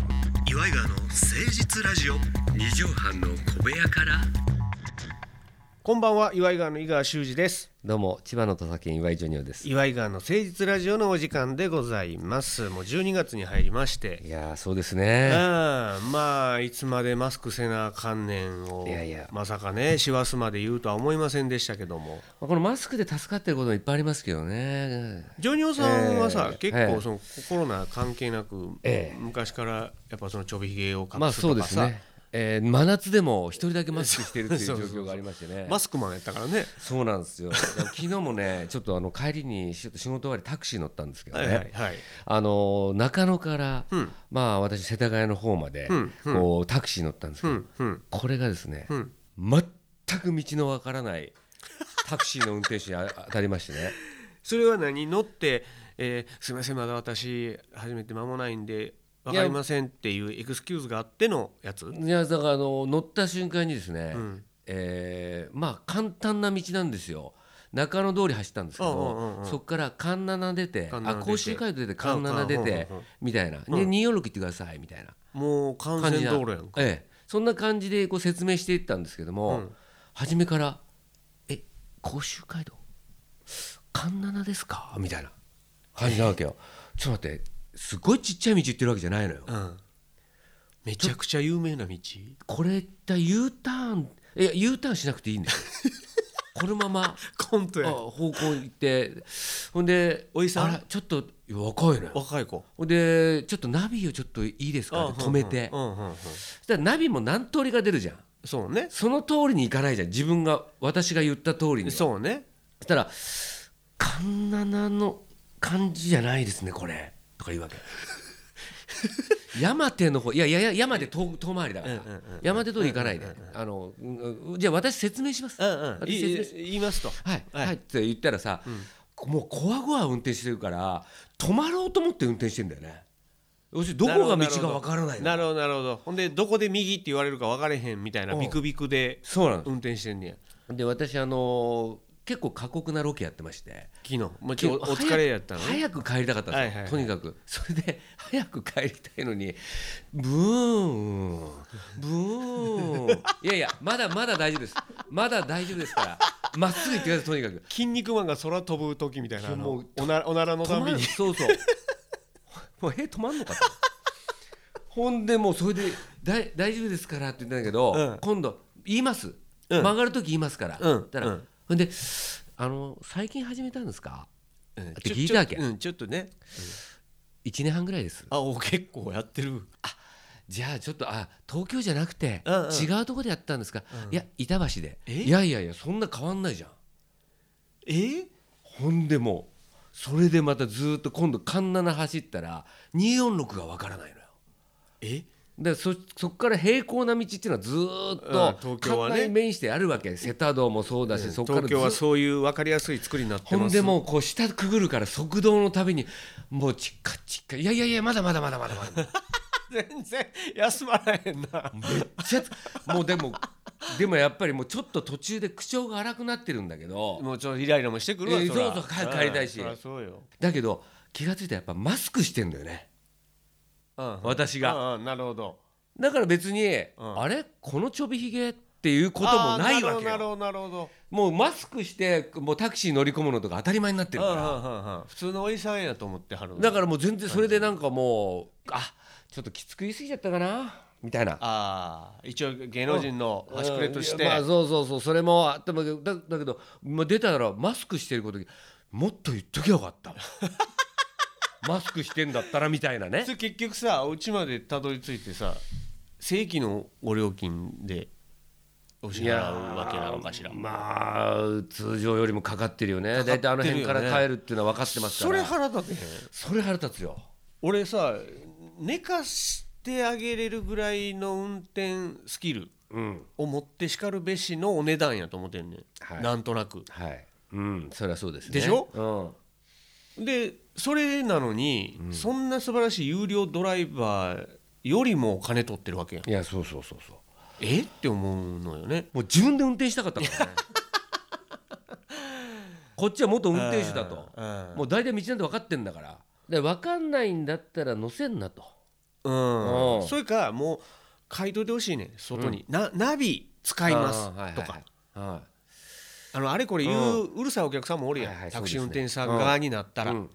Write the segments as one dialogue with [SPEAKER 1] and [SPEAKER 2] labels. [SPEAKER 1] イガーの誠実ラジオ
[SPEAKER 2] 二畳半の小部屋から
[SPEAKER 1] こんばんは岩井川の井川修司です
[SPEAKER 2] どうも千葉の土佐県岩井ジョニオですい
[SPEAKER 1] 岩井川の誠実ラジオのお時間でございますもう12月に入りまして
[SPEAKER 2] やーそうで
[SPEAKER 1] う
[SPEAKER 2] す
[SPEAKER 1] ん
[SPEAKER 2] ね
[SPEAKER 1] まあいつまでマスクせな観念を
[SPEAKER 2] いやいや
[SPEAKER 1] まさかね師走まで言うとは思いませんでしたけども
[SPEAKER 2] まあこのマスクで助かってることもいっぱいありますけどね
[SPEAKER 1] ジョニオさんはさ、
[SPEAKER 2] えー
[SPEAKER 1] 結
[SPEAKER 2] は
[SPEAKER 1] 構
[SPEAKER 2] い
[SPEAKER 1] そのコロナ関係なく、
[SPEAKER 2] え
[SPEAKER 1] 昔からやっぱそのちょびひげを隠すとかさ、
[SPEAKER 2] まあそうですねえー、真夏でも一人だけマスクしてるっていう状況がありましてね
[SPEAKER 1] マスクマンやったからね
[SPEAKER 2] そうなんですよ昨日もねちょっとあの帰りにちょっと仕事終わりタクシー乗ったんですけどね、
[SPEAKER 1] はい
[SPEAKER 2] あの中野から、
[SPEAKER 1] うん
[SPEAKER 2] まあ私世田谷の方まで、
[SPEAKER 1] うんうん
[SPEAKER 2] こうタクシー乗ったんですけ
[SPEAKER 1] う
[SPEAKER 2] ど、
[SPEAKER 1] んうん
[SPEAKER 2] これがですね、
[SPEAKER 1] うん
[SPEAKER 2] 全く道のわからないタクシーの運転手にあ 当たりましてね
[SPEAKER 1] それは何乗って、えーすみませんまだ私初めて間もないんでわかりませんっていうエクスキューズがあってのやつ
[SPEAKER 2] いやだからあの乗った瞬間にですね、
[SPEAKER 1] うん
[SPEAKER 2] えーまあ簡単な道なんですよ中野通り走ったんですけ
[SPEAKER 1] うんうんうんう
[SPEAKER 2] ど
[SPEAKER 1] ん
[SPEAKER 2] そこから環七出て
[SPEAKER 1] 環七
[SPEAKER 2] あ
[SPEAKER 1] 出て
[SPEAKER 2] 甲州街道出て環七出
[SPEAKER 1] う
[SPEAKER 2] て
[SPEAKER 1] んうんうんうん
[SPEAKER 2] みたいな、
[SPEAKER 1] う
[SPEAKER 2] で246行ってくださいみたいな
[SPEAKER 1] もう幹
[SPEAKER 2] 感じ
[SPEAKER 1] 線
[SPEAKER 2] な
[SPEAKER 1] 道路やんか
[SPEAKER 2] ええ、そんな感じでこう説明していったんですけども、
[SPEAKER 1] うん
[SPEAKER 2] 初めから「え甲州街道環七ですか?」みたいな感じなわけよちょっと待ってすごいちっちゃい道行ってるわけじゃないのよ
[SPEAKER 1] うんめちゃくちゃ有名な道
[SPEAKER 2] これ一体 U ターンいや U ターンしなくていいんだよ このまま
[SPEAKER 1] コント
[SPEAKER 2] あ方向行ってほんで
[SPEAKER 1] おじさん
[SPEAKER 2] あらちょっといや若いのよ
[SPEAKER 1] 若い子
[SPEAKER 2] ほんでちょっとナビをちょっといいですかって止めて
[SPEAKER 1] うんうんうんうん
[SPEAKER 2] そしたらナビも何通りか出るじゃん
[SPEAKER 1] そうね
[SPEAKER 2] その通りに行かないじゃん自分が私が言った通りにはそ
[SPEAKER 1] そうね
[SPEAKER 2] したら「カンナナの感じじゃないですねこれ」とか言うわけ山手の方いやいやいや山手遠遠回りだから、
[SPEAKER 1] うんうんうん
[SPEAKER 2] 山手通り行かないで、あのうんうんじゃあ私説明します、
[SPEAKER 1] うんうんい
[SPEAKER 2] 私説明し
[SPEAKER 1] 言いますと
[SPEAKER 2] はい、
[SPEAKER 1] は
[SPEAKER 2] はいい、って言ったらさ、もうこわごわ運転してるから止まろうと思って運転してんだよね要するにどこが道がわからないの
[SPEAKER 1] なるほどなるほどほんでどこで右って言われるか分かれへんみたいな
[SPEAKER 2] うん
[SPEAKER 1] ビクビクで
[SPEAKER 2] そうなの
[SPEAKER 1] 運転してんねや
[SPEAKER 2] で私あの結構過酷なロケやってまして
[SPEAKER 1] 昨日もうちょっとお疲れやったのね
[SPEAKER 2] 早く帰りたかったんですよ、
[SPEAKER 1] はいはいはい
[SPEAKER 2] とにかくそれで早く帰りたいのにブーンブーンいやいやまだまだ大丈夫ですまだ大丈夫ですからまっすぐ行ってくださいとにかく
[SPEAKER 1] 筋肉マンが空飛ぶ時みたいなあの
[SPEAKER 2] もう
[SPEAKER 1] おなおならのた
[SPEAKER 2] 止ま
[SPEAKER 1] び
[SPEAKER 2] る
[SPEAKER 1] に
[SPEAKER 2] そうそうもうえ止まんのかとほんでもうそれでだい大丈夫ですからって言ったんだけど、
[SPEAKER 1] うん
[SPEAKER 2] 今度言います、
[SPEAKER 1] うん
[SPEAKER 2] 曲がる時言いますから、
[SPEAKER 1] うん
[SPEAKER 2] だから
[SPEAKER 1] うん
[SPEAKER 2] ほんであの最近始めたんですか
[SPEAKER 1] うん
[SPEAKER 2] て聞いたわけ
[SPEAKER 1] ちょちょうんちょっとね
[SPEAKER 2] 1年半ぐらいです
[SPEAKER 1] あお結構やってる
[SPEAKER 2] じゃあちょっとあ東京じゃなくて、
[SPEAKER 1] うんうん
[SPEAKER 2] 違うとこでやったんですか、いや板橋で
[SPEAKER 1] え
[SPEAKER 2] いやいやいやそんな変わんないじゃん
[SPEAKER 1] えー
[SPEAKER 2] ほんでもうそれでまたずーっと今度環七走ったら246がわからないのよ
[SPEAKER 1] え
[SPEAKER 2] でそそこから平行な道っていうのはずーっと、
[SPEAKER 1] うん東京はね
[SPEAKER 2] 環内メインしてあるわけ瀬田道もそうだし、そこから
[SPEAKER 1] 東
[SPEAKER 2] ず
[SPEAKER 1] 京
[SPEAKER 2] ー
[SPEAKER 1] は
[SPEAKER 2] っと
[SPEAKER 1] そういう分かりやすい作りになってます
[SPEAKER 2] ほんでもうこう下くぐるから速道のたびにもうチッカチッカいやいやいやまだまだまだまだまだ
[SPEAKER 1] 全然休まらへんな
[SPEAKER 2] めっちゃもうでもでもやっぱりもうちょっと途中で口調が荒くなってるんだけど
[SPEAKER 1] もうちょっとイライラもしてくるわ
[SPEAKER 2] えー
[SPEAKER 1] そら
[SPEAKER 2] そうそう帰帰りたいし
[SPEAKER 1] うんそらそうよ
[SPEAKER 2] だけど気が付いたらやっぱマスクしてんだよね
[SPEAKER 1] うん
[SPEAKER 2] 私が
[SPEAKER 1] うんうんなるほど
[SPEAKER 2] だから別に、
[SPEAKER 1] ん
[SPEAKER 2] あれこのちょびひげっていうこともないわけ
[SPEAKER 1] あーなる
[SPEAKER 2] よ
[SPEAKER 1] ほどなるほど
[SPEAKER 2] もうマスクしてもうタクシー乗り込むのとか当たり前になってる
[SPEAKER 1] なるほど
[SPEAKER 2] か
[SPEAKER 1] うんうんうんうん普通のおじさんやと思ってはる
[SPEAKER 2] らだからもう全然それでなんかもうあちょっときつく言い過ぎちゃったかなみたいな
[SPEAKER 1] ああ一応芸能人の端くれとして
[SPEAKER 2] うんいやまあ、そうそうそうそれもあっただけどだだけど、まあ、出たらマスクしてることにもっと言っときゃよかった マスクしてんだったらみたいなね
[SPEAKER 1] それ結局さお家までたどり着いてさ正規のご料金でお支払うわけなのかしら
[SPEAKER 2] まあ通常よりもかかってるよね大体あの辺から帰るっていうのは分かってます
[SPEAKER 1] そ
[SPEAKER 2] か
[SPEAKER 1] れ
[SPEAKER 2] ら
[SPEAKER 1] 腹立てへん
[SPEAKER 2] それ腹立つよ
[SPEAKER 1] 俺さ寝かしてあげれるぐらいの運転スキル
[SPEAKER 2] うん
[SPEAKER 1] を持ってしかるべしのお値段やと思ってんねん、
[SPEAKER 2] はい
[SPEAKER 1] なんとなく
[SPEAKER 2] はいうんそれはそうですね
[SPEAKER 1] でしょ
[SPEAKER 2] うん
[SPEAKER 1] でそれなのに、そんな素晴らしい有料ドライバーよりも金取ってるわけやん
[SPEAKER 2] いやそうそうそうそう
[SPEAKER 1] えって思うのよね
[SPEAKER 2] もう自分で運転したかったからね こっちは元運転手だと
[SPEAKER 1] うん
[SPEAKER 2] もう大体道なんて分かってんだからで分かんないんだったら乗せんなと
[SPEAKER 1] うん
[SPEAKER 2] うん
[SPEAKER 1] それかもう書いといてほしいねん外に、なナビ使います
[SPEAKER 2] うんはいはい
[SPEAKER 1] とか
[SPEAKER 2] は
[SPEAKER 1] あのあれこれ言ううるさいお客さんもおるや
[SPEAKER 2] はいは
[SPEAKER 1] ん
[SPEAKER 2] い
[SPEAKER 1] タクシー
[SPEAKER 2] そ
[SPEAKER 1] 運
[SPEAKER 2] うです
[SPEAKER 1] 転
[SPEAKER 2] ね
[SPEAKER 1] 手さん側になった
[SPEAKER 2] い
[SPEAKER 1] ら
[SPEAKER 2] うん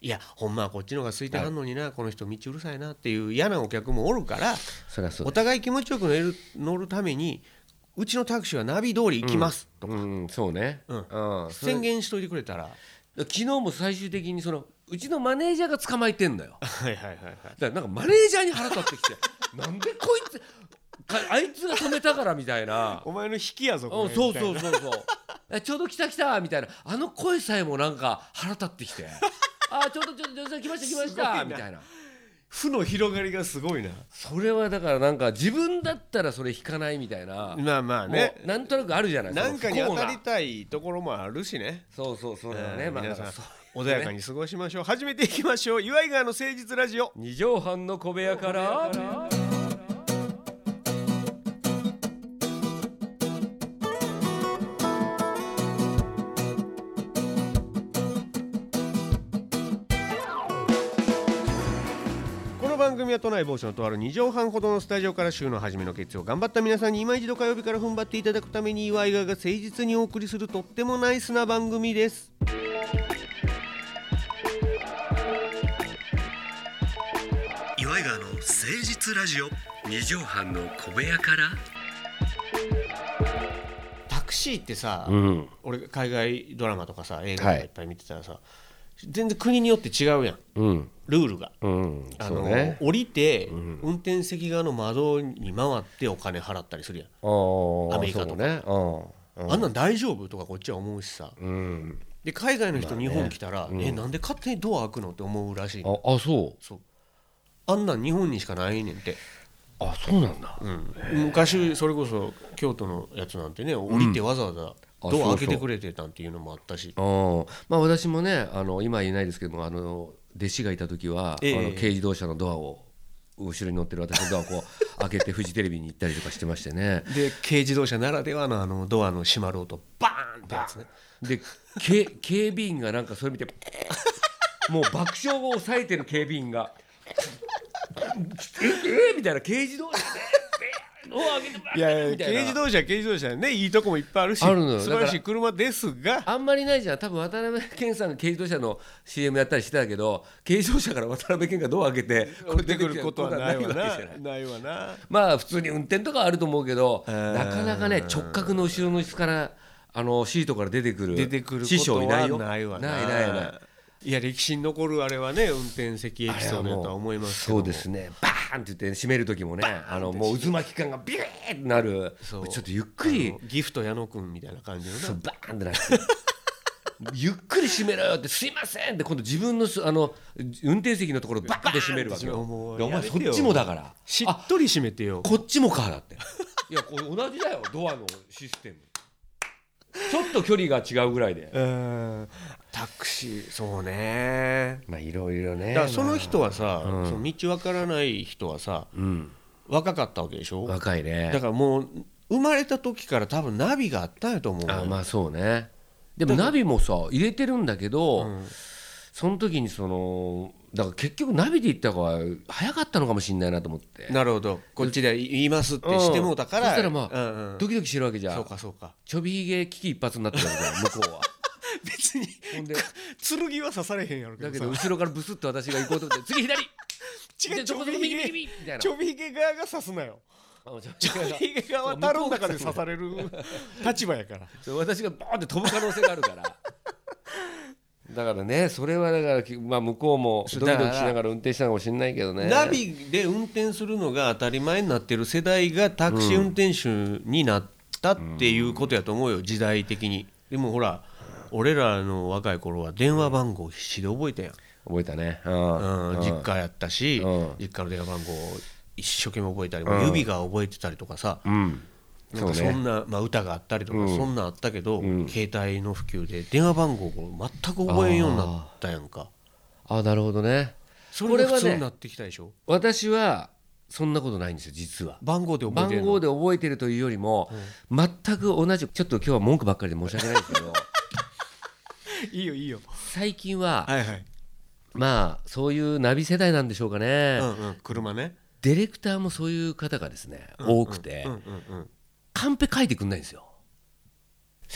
[SPEAKER 1] いやほんまはこっちの方が空いてはんのになこの人道うるさいなっていう嫌なお客もおるから
[SPEAKER 2] そりゃそう
[SPEAKER 1] お互い気持ちよく乗れる乗るためにうちのタクシーはナビ通り行きますと
[SPEAKER 2] うんそうね
[SPEAKER 1] うん
[SPEAKER 2] うんそれ
[SPEAKER 1] 宣言しといてくれたら
[SPEAKER 2] 昨日も最終的にそのうちのマネージャーが捕まえてんだよ
[SPEAKER 1] はいはいはいはい
[SPEAKER 2] だからなんかマネージャーに腹立ってきて なんでこいつかあいつが止めたからみたいな
[SPEAKER 1] お前の引きやぞ
[SPEAKER 2] うんそうそうそうそう えちょうど来た来たみたいなあの声さえもなんか腹立ってき てあちょうどちょうどちょうど来ました来まし
[SPEAKER 1] すごいな
[SPEAKER 2] たみたいな
[SPEAKER 1] 負の広がりがすごいな
[SPEAKER 2] それはだからなんか自分だったらそれ引かないみたいな、
[SPEAKER 1] まあまあね
[SPEAKER 2] もうなんとなくあるじゃない
[SPEAKER 1] なんかに
[SPEAKER 2] その
[SPEAKER 1] 当
[SPEAKER 2] 不幸
[SPEAKER 1] たりたいところもあるしね
[SPEAKER 2] そうそうそれはね、
[SPEAKER 1] うん
[SPEAKER 2] まあ
[SPEAKER 1] 皆
[SPEAKER 2] だ
[SPEAKER 1] さ
[SPEAKER 2] か
[SPEAKER 1] ん
[SPEAKER 2] らそう
[SPEAKER 1] 穏やかに過ごしましょう始めていきましょう岩井川の誠実ラジオ
[SPEAKER 2] 二畳半の小部屋から
[SPEAKER 1] この番組は都内某所のとある2畳半ほどのスタジオから週の初めの月曜頑張った皆さんに今一度火曜日から踏ん張っていただくために岩井川が誠実にお送りするとってもナイスな番組です岩井川の誠実ラジオ
[SPEAKER 2] 二畳半の小部屋から
[SPEAKER 1] タクシーってさ、
[SPEAKER 2] うん
[SPEAKER 1] 俺海外ドラマとかさ映画と
[SPEAKER 2] は
[SPEAKER 1] か
[SPEAKER 2] い
[SPEAKER 1] いっぱい見てたらさ、全然国によって違うやん
[SPEAKER 2] うん
[SPEAKER 1] ルールが。
[SPEAKER 2] うん
[SPEAKER 1] あの降りて、運転席側の窓に回ってお金払ったりするやん、ア
[SPEAKER 2] ア
[SPEAKER 1] メリカとか
[SPEAKER 2] ねうんうん
[SPEAKER 1] あんなん大丈夫とかこっちは思うしさ
[SPEAKER 2] うん
[SPEAKER 1] で海外の人日本来たら、
[SPEAKER 2] うん
[SPEAKER 1] えなんで勝手にドア開くのって思うらしい
[SPEAKER 2] ああそう
[SPEAKER 1] そうあんなん日本にしかないねんて、
[SPEAKER 2] あそうなんだ
[SPEAKER 1] 昔それこそ京都のやつなんてね降りてわざわざ
[SPEAKER 2] あ
[SPEAKER 1] ドア開
[SPEAKER 2] そうそう
[SPEAKER 1] けてくれてたんっていうのもあったし、
[SPEAKER 2] うんまあ私もねあの今は言えないですけどもあの弟子がいた時は、
[SPEAKER 1] ええ
[SPEAKER 2] あの軽自動車のドアを後ろに乗ってる私のドアをこう開けてフジテレビに行ったりとかしてましてね
[SPEAKER 1] で軽自動車ならではのあのドアの閉まる音バーンってやつね
[SPEAKER 2] でけ警備員がなんかそれ見てもう爆笑を抑えてる警備員が「ええみたいな軽自動車でえドア開けて
[SPEAKER 1] いやいや
[SPEAKER 2] みたい
[SPEAKER 1] 軽
[SPEAKER 2] な
[SPEAKER 1] 自動車軽自動車ねいいとこもいっぱいあるし
[SPEAKER 2] あるのよ
[SPEAKER 1] 素晴らしい車ですが
[SPEAKER 2] あんまりないじゃん多分渡辺謙さんが軽自動車の CM やったりしてたけど軽自動車から渡辺謙がドア開けて
[SPEAKER 1] これ出てくることはないわ
[SPEAKER 2] こ
[SPEAKER 1] な
[SPEAKER 2] とはわけじゃない
[SPEAKER 1] ないわな
[SPEAKER 2] まあ普通に運転とかはあると思うけど
[SPEAKER 1] ー
[SPEAKER 2] なかなかね直角の後ろの椅子からあのシートから出てくる
[SPEAKER 1] 出てくる
[SPEAKER 2] 師
[SPEAKER 1] こと
[SPEAKER 2] 匠いないよ
[SPEAKER 1] はないわな
[SPEAKER 2] ないないない
[SPEAKER 1] いや歴史に残るあれはね運転席エピソードやとは思いますけど
[SPEAKER 2] そうですねバーンって言って閉める時もねあのもう渦巻き感がビューってなるち
[SPEAKER 1] そ
[SPEAKER 2] ょ
[SPEAKER 1] う
[SPEAKER 2] っとゆっくり
[SPEAKER 1] ギフト矢野くんみたいな感じの
[SPEAKER 2] そう
[SPEAKER 1] な
[SPEAKER 2] バーンってなって ゆっくり閉めろよってすいませんって今度自分のすあの運転席のところバーンって閉めるわけよ
[SPEAKER 1] バーンって閉めるもう
[SPEAKER 2] でお前
[SPEAKER 1] や
[SPEAKER 2] そ
[SPEAKER 1] め
[SPEAKER 2] って
[SPEAKER 1] よ
[SPEAKER 2] ちもだから
[SPEAKER 1] し
[SPEAKER 2] あ
[SPEAKER 1] っとり締めてよ
[SPEAKER 2] こっちもかだっていやこれ同じだよドアのシステムちょっと距離が違うぐらいで
[SPEAKER 1] うんタクシーそうね
[SPEAKER 2] まあいろいろね
[SPEAKER 1] だからその人はさ、その道わからない人はさ
[SPEAKER 2] うん
[SPEAKER 1] 若かったわけでしょだ
[SPEAKER 2] 若いね
[SPEAKER 1] からもう生まれた時から多分ナビがあったんやと思うのよ
[SPEAKER 2] あまあそうねでもナビもさ入れてるんだけど、
[SPEAKER 1] ん
[SPEAKER 2] その時にそのだから結局ナビで行った方が早かったのかもしれないなと思って
[SPEAKER 1] なるほどこっちで言いますってしてもうたから、
[SPEAKER 2] うんそしたらまあ
[SPEAKER 1] うんうん
[SPEAKER 2] ドキドキしてるわけじゃ
[SPEAKER 1] そうんかそう か
[SPEAKER 2] ちょびひげ危機一髪になってたわけじゃん向 こうは
[SPEAKER 1] 別に
[SPEAKER 2] ほんで
[SPEAKER 1] 剣は刺されへんやろ
[SPEAKER 2] だけど後ろからブスッと私が行こうと思って次左
[SPEAKER 1] 違うちょびひげ
[SPEAKER 2] みたいな
[SPEAKER 1] ちょびひげ側が刺すな よ
[SPEAKER 2] あちょ
[SPEAKER 1] ちょびひげ側は樽の中で刺される 立場やから
[SPEAKER 2] そう 私がボーンって飛ぶ可能性があるからだからねそれはだからき、まあ、向こうも
[SPEAKER 1] そ
[SPEAKER 2] ド
[SPEAKER 1] う
[SPEAKER 2] キドキ
[SPEAKER 1] だか
[SPEAKER 2] し
[SPEAKER 1] ら
[SPEAKER 2] ながら運転したのかもしれないけどね
[SPEAKER 1] ナビで運転するのが当たり前になってる世代がタクシー運転手になったっていうことやと思うよ時代的にでもほら俺らの若い頃は電話番号必死で覚えたやん
[SPEAKER 2] 覚えたねうん
[SPEAKER 1] うん、実家やったし、
[SPEAKER 2] うん
[SPEAKER 1] 実家の電話番号を一生懸命覚えたり、
[SPEAKER 2] うん
[SPEAKER 1] 指が覚えてたりとかさ、
[SPEAKER 2] うん
[SPEAKER 1] なんかそんなまあ、歌があったりとか、そんなんあったけど、
[SPEAKER 2] うん
[SPEAKER 1] 携帯の普及で電話番号を全く覚えんようになったやんか
[SPEAKER 2] あなるほどね
[SPEAKER 1] そ
[SPEAKER 2] こ
[SPEAKER 1] れが
[SPEAKER 2] れ
[SPEAKER 1] 普
[SPEAKER 2] は
[SPEAKER 1] 通にな
[SPEAKER 2] ね
[SPEAKER 1] ってきたでしょ、
[SPEAKER 2] 私はそんなことないんですよ実は
[SPEAKER 1] 番号で覚えて
[SPEAKER 2] 番
[SPEAKER 1] る
[SPEAKER 2] 号
[SPEAKER 1] の
[SPEAKER 2] で覚えてるというよりも、全く同じちょっと今日は文句ばっかりで申し訳ないですけど
[SPEAKER 1] いいよいいよ
[SPEAKER 2] 最近は
[SPEAKER 1] はいはい
[SPEAKER 2] まあそういうナビ世代なんでしょうかね、
[SPEAKER 1] うんうん、車ね。
[SPEAKER 2] ディレクターもそういう方がですね、多くて、
[SPEAKER 1] うんうんうん。
[SPEAKER 2] カンペ書いてくんないんですよ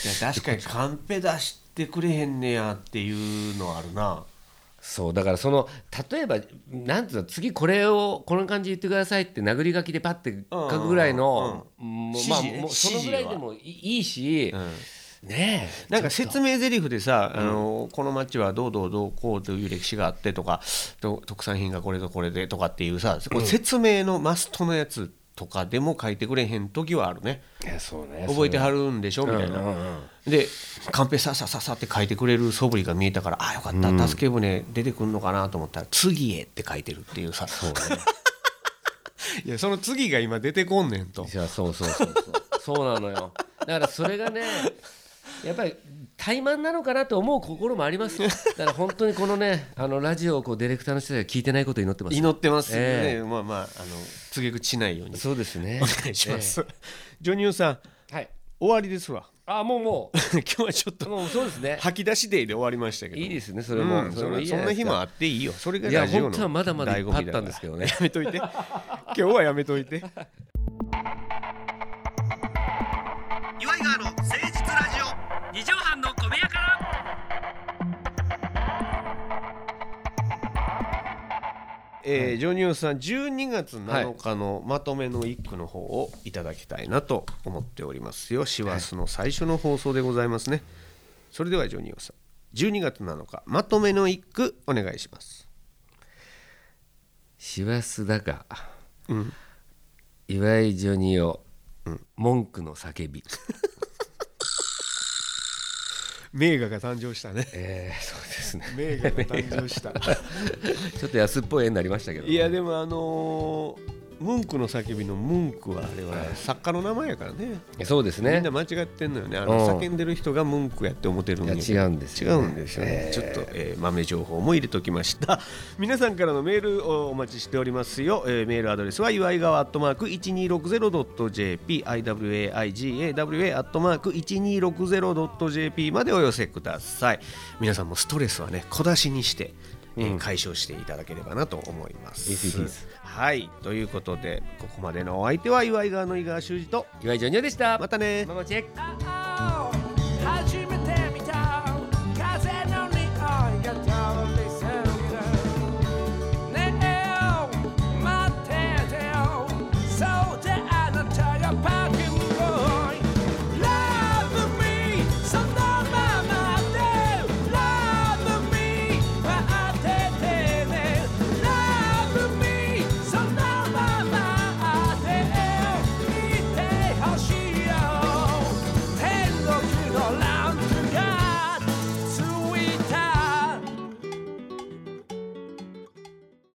[SPEAKER 1] いや確かにカンペ出してくれへんねやっていうのはあるな。
[SPEAKER 2] そうだからその例えばなんていうの次これをこの感じ言ってくださいって殴り書きでパッて書くぐらいの、もうまあ
[SPEAKER 1] 指示ね
[SPEAKER 2] もうそのぐらいでもいいいいし、ねえ
[SPEAKER 1] なんか
[SPEAKER 2] ちょっと
[SPEAKER 1] 説明台詞でさ、あのこの町はどうどうどうこうという歴史があってとかと特産品がこれとこれでとかっていうさこう説明のマストのやつとかでも書いてくれへん時はあるね
[SPEAKER 2] いやそうね
[SPEAKER 1] 覚えて
[SPEAKER 2] は
[SPEAKER 1] はるんでしょみたい
[SPEAKER 2] うんうんう
[SPEAKER 1] な。でカンペささささって書いてくれる素振りが見えたからあよかった助け舟出てくんのかなと思ったら「次へ」って書いてるっていうさ いやその次が今出てこんねんと
[SPEAKER 2] いやそうそうそう そうそうなのよだからそれがねやっぱり怠慢なのかなと思う心もありますよだから本当にこのねあのラジオをこうディレクターの人たちが聞いてないことを祈ってます
[SPEAKER 1] 祈ってますよね、
[SPEAKER 2] え
[SPEAKER 1] まあまああの告げ口しないように
[SPEAKER 2] そうですね
[SPEAKER 1] お願いします、ジョニオさん
[SPEAKER 2] ええはい
[SPEAKER 1] 終わりです わ
[SPEAKER 2] あもうも
[SPEAKER 1] 今日はちょっ
[SPEAKER 2] う
[SPEAKER 1] と
[SPEAKER 2] もうそうですね
[SPEAKER 1] 吐き出しデーで終わりましたけど
[SPEAKER 2] いいですねそれ
[SPEAKER 1] う
[SPEAKER 2] も、
[SPEAKER 1] ん、
[SPEAKER 2] れ
[SPEAKER 1] そ
[SPEAKER 2] もい
[SPEAKER 1] ん
[SPEAKER 2] いじ
[SPEAKER 1] そ
[SPEAKER 2] ゃ
[SPEAKER 1] ん
[SPEAKER 2] い
[SPEAKER 1] な
[SPEAKER 2] です
[SPEAKER 1] 日
[SPEAKER 2] か
[SPEAKER 1] もあっていいよそれが
[SPEAKER 2] いや
[SPEAKER 1] ラジオの
[SPEAKER 2] 本当はまだまだいっぱいあ
[SPEAKER 1] 醍醐味
[SPEAKER 2] ったんですけどね
[SPEAKER 1] やめ といて今日はやめといて
[SPEAKER 3] 岩井川の誠実ラジオ二畳半の小部屋から
[SPEAKER 1] えージョニオさん12月7日のまとめの一句の方をいただきたいなと思っておりますよ師走の最初の放送でございますねそれではジョニオさん12月7日まとめの一句お願いします
[SPEAKER 2] 師走だが、
[SPEAKER 1] うん
[SPEAKER 2] 岩井ジョニオ、文句の叫び
[SPEAKER 1] 名画が誕生した ね
[SPEAKER 2] えー、そうですね
[SPEAKER 1] 名画が誕生した
[SPEAKER 2] ちょっと安っぽい絵になりましたけどね
[SPEAKER 1] いやでもあのームンクの叫びのムンクはあれは作家の名前やからね
[SPEAKER 2] そうですね
[SPEAKER 1] みんな間違ってんのよねあ
[SPEAKER 2] うん
[SPEAKER 1] の叫んでる人がムンクやって思ってるんやけど
[SPEAKER 2] いや違うんです
[SPEAKER 1] 違
[SPEAKER 2] よね
[SPEAKER 1] うんですよね、
[SPEAKER 2] えー
[SPEAKER 1] ちょっと、えー豆情報も入れときました 皆さんからのメールをお待ちしておりますよ、えーメールアドレスは祝いがわアットマーク 1260.jp iwaigawa アットマーク 1260.jp までお寄せください皆さんもストレスはね小出しにして、えー解消していただければなと思います、
[SPEAKER 2] Yes, it is
[SPEAKER 1] はいということでここまでのお相手は祝いがわの井川修司と
[SPEAKER 2] 岩井ジョニオでした
[SPEAKER 1] またね
[SPEAKER 2] ママチェック